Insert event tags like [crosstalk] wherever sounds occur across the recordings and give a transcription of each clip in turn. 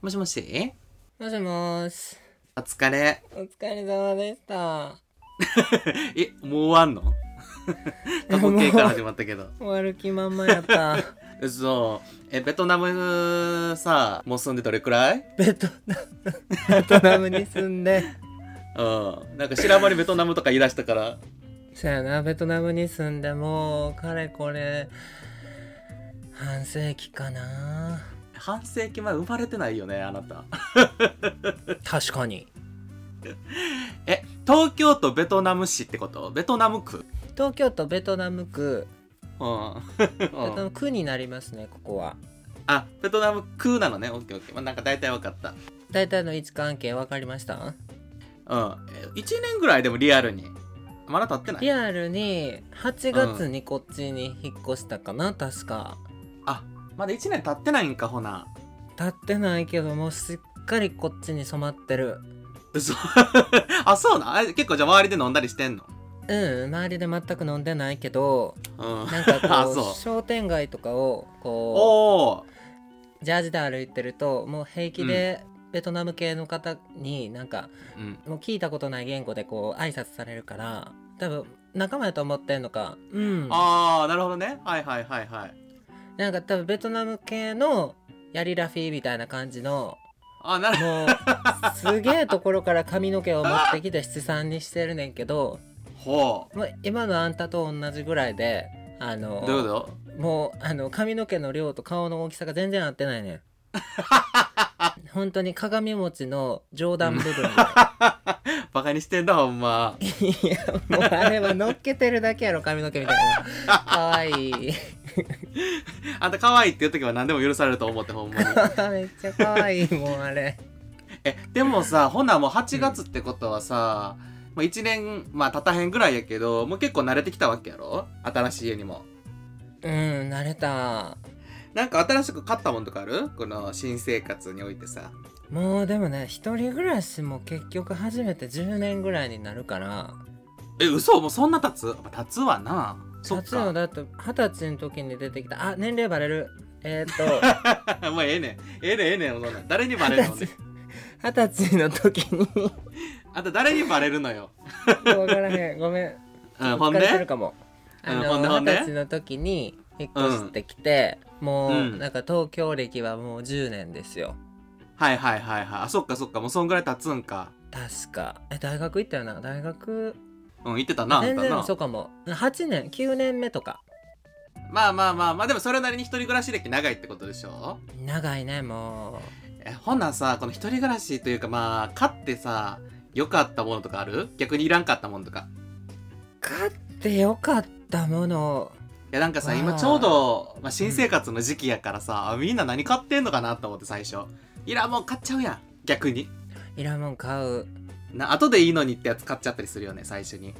もしもしもしもーし。お疲れ。お疲れ様でした。 [laughs] え、もう終わん [laughs] の過去形から始まったけど。終わる気満々やった。そう。え、ベトナムさ、もう住んでどれくらい [laughs] ベトナム、ベトナムに住んで。うん。なんか知らん間にベトナムとか言い出したから。そやな、ベトナムに住んでもう、かれこれ、半世紀かな。半世紀前生まれてないよね、あな [laughs] た。確かに。え、東京都ベトナム市ってことベトナム区東京都ベトナム区、うん。ベトナうんム区になりますね、ここは。あ、ベトナム区なのね。オッケーオッケー。まあ、なんか大体わかった。大体の位置関係分かりましたうん。え1年ぐらいでもリアルに。まだ経ってないリアルに8月にこっちに引っ越したかな、確か。あ、まだ1年経ってないんか、ほな。立ってないけどもうしっかりこっちに染まってる嘘 [laughs] あそうなんあ結構じゃあ周りで飲んだりしてんのうん周りで全く飲んでない [laughs] けどうんなんかあこうそう商店街とかをこおおうジャージで歩いてるともう平気でベトナム系の方になんかうんもう聞いたことない言語でこう挨拶されるから多分仲間やと思ってんのかうんああなるほどねはいはいはいはいなんか多分ベトナム系のヤリラフィみたいな感じのあなるほもうすげえところから髪の毛を持ってきて七三にしてるねんけどほもう今のあんたと同じぐらいであのうどういうこもうあの髪の毛の量と顔の大きさが全然合ってないね [laughs] ん本当に鏡餅の上段部分とバカにしてんだほんま [laughs] いやもうあれは乗っけてるだけやろ髪の毛みたいなかわいいあんた可愛いって言う時は何でも許されると思ってほんまに [laughs] めっちゃかわいいもうあれえでもさほなもう8月ってことはさ、もう1年まあ経たへんぐらいやけどもう結構慣れてきたわけやろ新しい家にもうん慣れたなんか新しく買ったもんとかあるこの新生活においてさもうでもね一人暮らしも結局初めて10年ぐらいになるからえ嘘もうそんな経つまあ経つわなそっ達也かだって二十歳の時に出てきたあ年齢バレるえー、っと [laughs] もうええねん。ええねん、ええねん、そんなん誰にバレるのね。 [laughs] 二十歳の時 [laughs] にあんた誰にバレるの [laughs] よ。分からへんごめんうん、ほ疲んれてるで。かもあうんほんでほのん二で十歳の時に引っ越してきて、もう、うんなんか東京歴はもう10年ですよはいはいはいはい。あ、そっかそっか。もうそんぐらい経つんか。確かえ大学行ったよな大学うん、言ってたな、あん全た然なそ。うかも8年9年目とかまあまあまあまあ、でもそれなりに一人暮らし歴長いってことでしょ長いねもえ、ほんならさ、この一人暮らしというかまあ、買ってさ、良かったものとかある逆にいらんかったものとか。う買ってよかったものいやなんかさ、わあ今ちょうど、まあ、新生活の時期やからさ、あみんな何買ってんのかなと思って最初。いらんもん買っちゃうやん。逆に。いらんもん買うな、後でいいのにってやつ買っちゃったりするよね、最初に。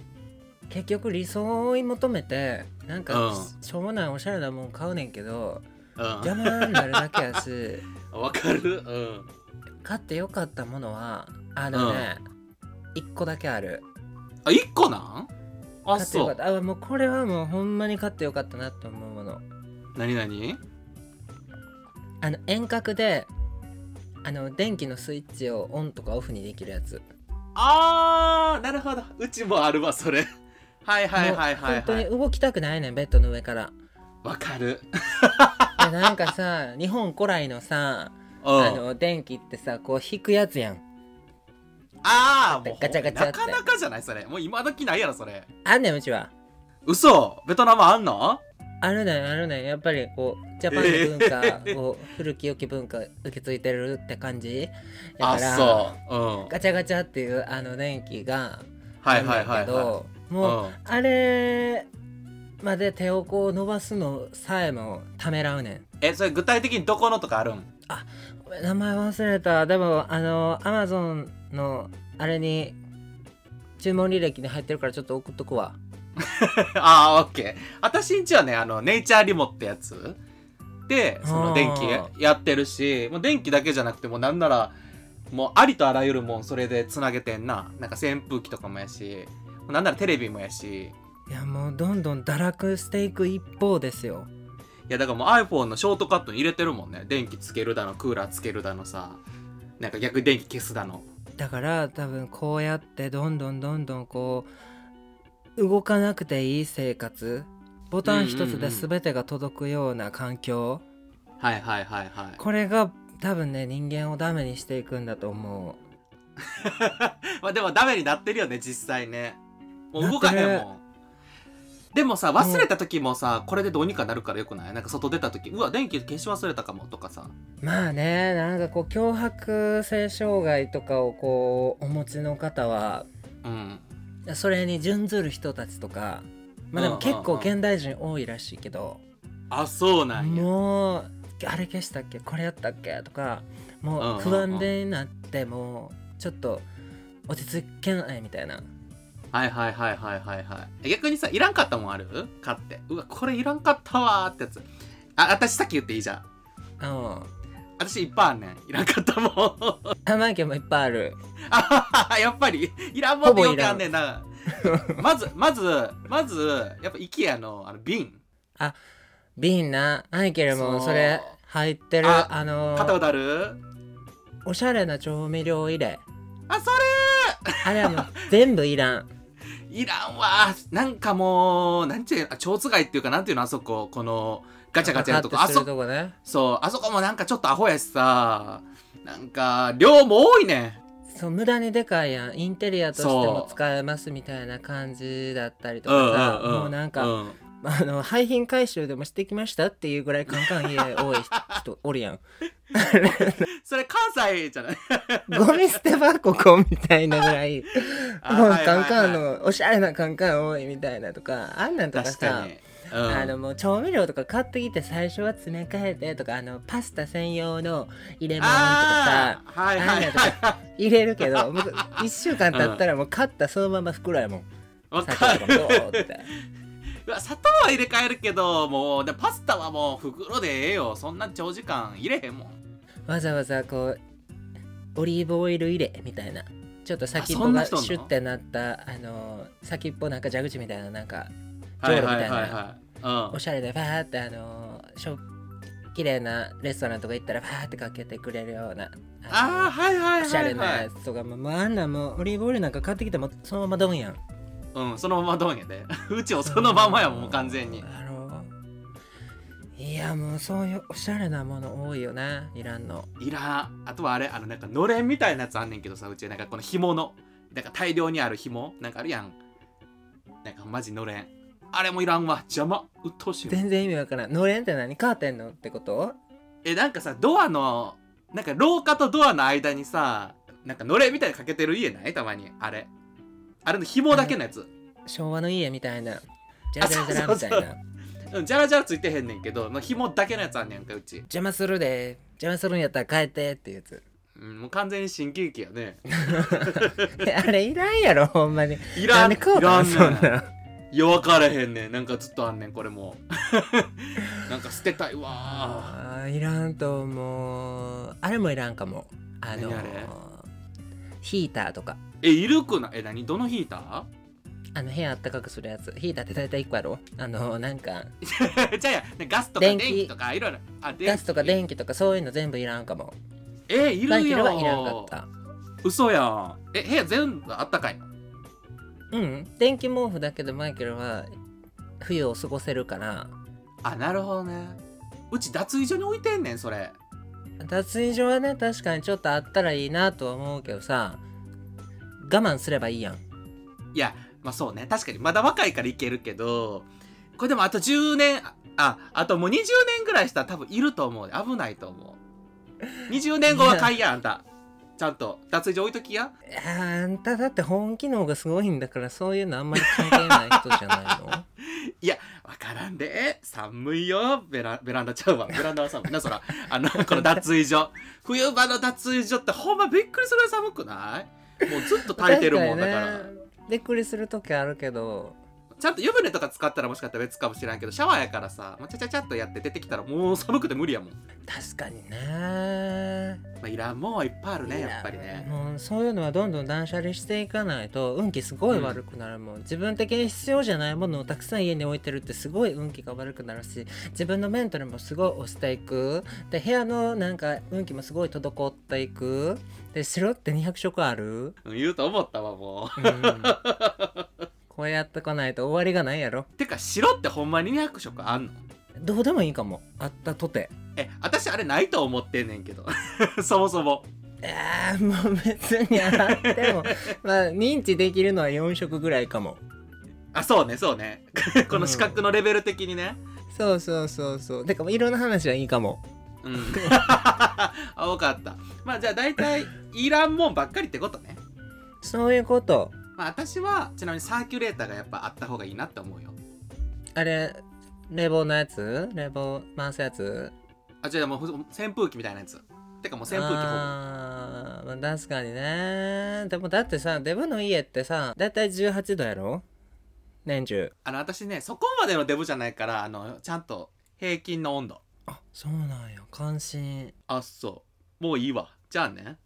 結局理想を追い求めてなんか、うしょうもないおしゃれなもん買うねんけどうん。邪魔になるだけやしわかるうん。買ってよかったものはあのね、一1個だけあるあ、一個なんあ、買ってそよかっう。たあもうこれはもうほんまに買ってよかったなと思うものなになにあの遠隔であの電気のスイッチをオンとかオフにできるやつあー、なるほど。うちもあるわ、それ。はいはいはいもはうい、本当はにい。動きたくないねんベッドの上からわかる。でなんかさ [laughs] 日本古来のさうあん。の電気ってさこう引くやつやんあー、もうガチャガチャなってかなかじゃない、それ。もう今時ないやろ、それ。あんねんうちは嘘ベトナムあんのあるねんあるねんやっぱりこうジャパンの文化を古き良き文化受け継いでるって感じやあ、からそう。うん。ガチャガチャっていうあの電気がはあいるんはいだはい、けはどい。もう、うんあれまで手をこう伸ばすのさえもためらうねんえ、それ具体的にどこのとかあるんごめん名前忘れたでもあのアマゾンのあれに注文履歴に入ってるからちょっと送っとくわ [laughs] ああ、オッケー。私んちはね、あの、ネイチャーリモってやつで、そあのー電気やってるし、もう電気だけじゃなくて、もうなんなら、もうありとあらゆるもんそれでつなげてんな。なんか扇風機とかもやし、もうなんならテレビもやし。いやもうどんどん堕落していく一方ですよやだからもう iPhone のショートカットに入れてるもんね電気つけるだのクーラーつけるだのさなんか逆に電気消すだのだから多分こうやってどんどんどんどんこう動かなくていい生活ボタン一つで全てが届くような環境、はいはいはいはいこれが多分ね人間をダメにしていくんだと思う [laughs] まあでもダメになってるよね実際ねもう動かなっへんてもんでもさ忘れた時もさこれでどうにかなるからよくないなんか外出た時うわ電気消し忘れたかもとかさまあねなんかこう強迫性障害とかをこうお持ちの方はうんそれに準ずる人たちとかまあでも結構うんうんうん現代人多いらしいけど、あそうなんやもうあれ消したっけこれやったっけとかもううん不うんうん安でになってもうちょっと落ち着けないみたいなはいはいはいはいはいはい逆にさいらんかったもんある買ってうわこれいらんかったわーってやつあ私さっき言っていいじゃんうんあ私いっぱいあんねんいらん [laughs] かったもんマイケルもいっぱいあるあやっぱりいらんもんってほぼよいくらんあんねんなまずまずまずやっぱ IKEA のあの瓶瓶なマイケルもそうそれ入ってるああの買ったことあるおしゃれな調味料入れあそあれはもう [laughs] 全部いらんれいらんわーなんかもうなんちゅうあ蝶使いっていうかなんていうのあそここのガチャガチャやるとこカあットすそるとこねそうあそこもなんかちょっとアホやしさなんか量も多いねんそう無駄にでかいやんインテリアとしてもそう使えますみたいな感じだったりとうんうんかさうんもうなんか、うんあの廃品回収でもしてきましたっていうぐらいカンカン家 [laughs] 多い人人おるやんそれ関西じゃないゴミ捨て箱こみたいなぐらい [laughs] あもうはいはいカはいンカンのおしゃれなカンカン多いみたいなとかあんなんとか確さかに、うん、あのもう調味料とか買ってきて最初は詰め替えてとかあのパスタ専用の入れ物とかあーはいはいなんやはさ入れるけ [laughs] どもう1週間経ったらもう買ったそのまま袋やもんいわか砂る糖とかもド [laughs] ーってうわ砂糖は入れ替えるけどもうでパスタはもう袋でええよそんな長時間入れへんもんわざわざこうオリーブオイル入れみたいなちょっと先っぽあがそんな人おんのシュッてなったあの先っぽなんか蛇口みたいななんかははいいははいいははいいはおしゃれでファーってあのしょ綺麗なレストランとか行ったらファーってかけてくれるようなああーのはいはいおしゃはれい、なはやい、つとかもうもうあんなもうオリーブオイルなんか買ってきてもそのままどんやんうんそのままどんやで [laughs] うちをそのままやもんもう完全にあのいやもうそういうおしゃれなもの多いよねいらんのいらんあとはあれあのなんかのれんみたいなやつあんねんけどさうちなんかこの紐のなんか大量にある紐なんかあるやんなんかマジのれんあれもいらんわ邪魔うっとうしいわ全然意味わからんのれんって何カーテンのってことえなんかさドアのなんか廊下とドアの間にさなんかのれんみたいにかけてる家ないたまにあれあれの紐だけのやつ昭和の家みたいなジャラジャラジャラみたいなあそううんじゃらじゃらついてへんねんけどの紐だけのやつあんねんかうち、邪魔するで邪魔するんやったら帰ってっていうやつ [laughs] うん、もう完全に新喜劇やねあれいらんやろほんまにいならんんで買ういたらんんねそんんなん弱からへんねんなんかずっとあんねんこれ [laughs] もなんか捨てたいわあーいらんと思うあれもいらんかもあの何あれヒーターとかえいるくなえ何どのヒータあの部屋あったかくするやつヒーターって大体1個やろあのなんか [laughs] ーじゃあやガスとか電電気気とかいろいろあ電ガスとか電気とかそういうの全部いらんかもえいマるイケルよはいらんかった嘘やんえ部屋全部あったかいのうん電気毛布だけどマイケルは冬を過ごせるからあなるほどねうち脱衣所に置いてんねんそれ脱衣所はね確かにちょっとあったらいいなとは思うけどさ我慢すればいいやんいやまあそうね確かにまだ若いからいけるけどこれでもあと10年あああともう20年ぐらいしたら多分いると思う危ないと思う20年後は買いやあんたちゃんと脱衣所置いときやいやあんただって本機能がすごいんだからそういうのあんまり関係ない人じゃない [laughs] のわからんで寒いよベラベランダちゃうわベランダは寒いなそらあ [laughs] のこの脱衣所冬場の脱衣所ってほんまびっくりするぐらい寒くないもうずっと耐えてるもんだから確にねびっくりする時あるけどちゃんと湯船とか使ったらもしかしたら別かもしれんけどシャワーやからさ、まあ、ちゃちゃちゃっとやって出てきたらもう寒くて無理やもん、ま確かにねあ、いらんもんはいっぱいあるねいややっぱりねもうそういうのはどんどん断捨離していかないと運気すごい悪くなるもん、自分的に必要じゃないものをたくさん家に置いてるってすごい運気が悪くなるし自分のメンタルもすごい押していくで部屋のなんか運気もすごい滞っていくで白って200色 [laughs] ある、うん言うと思ったわもうんこうやってこないと終わりがないやろうてか白ってほんまに200色あんのどうでもいいかもあったとてえ私あれないと思ってんねんけど [laughs] そもそもえー、もう別に洗っ [laughs] てもまあ認知できるのは4色ぐらいかもあそうねそうね [laughs] この視覚のレベル的にねそうそうそうそうだから色の話はいいかもうん [laughs] あ分かったまあじゃあ大体いらんもんばっかりってことねそういうことまあ私はちなみにサーキュレーターがやっぱあった方がいいなって思うよあれ冷房のやつ冷房回すやつあじゃあもうほん扇風機みたいなやつてかもう扇風機ほあーまあ確かにねでもだってさデブの家ってさだいたい18度やろ年中あの私ねそこまでのデブじゃないからあのちゃんと平均の温度あそうなんや関心あそうもういいわじゃあね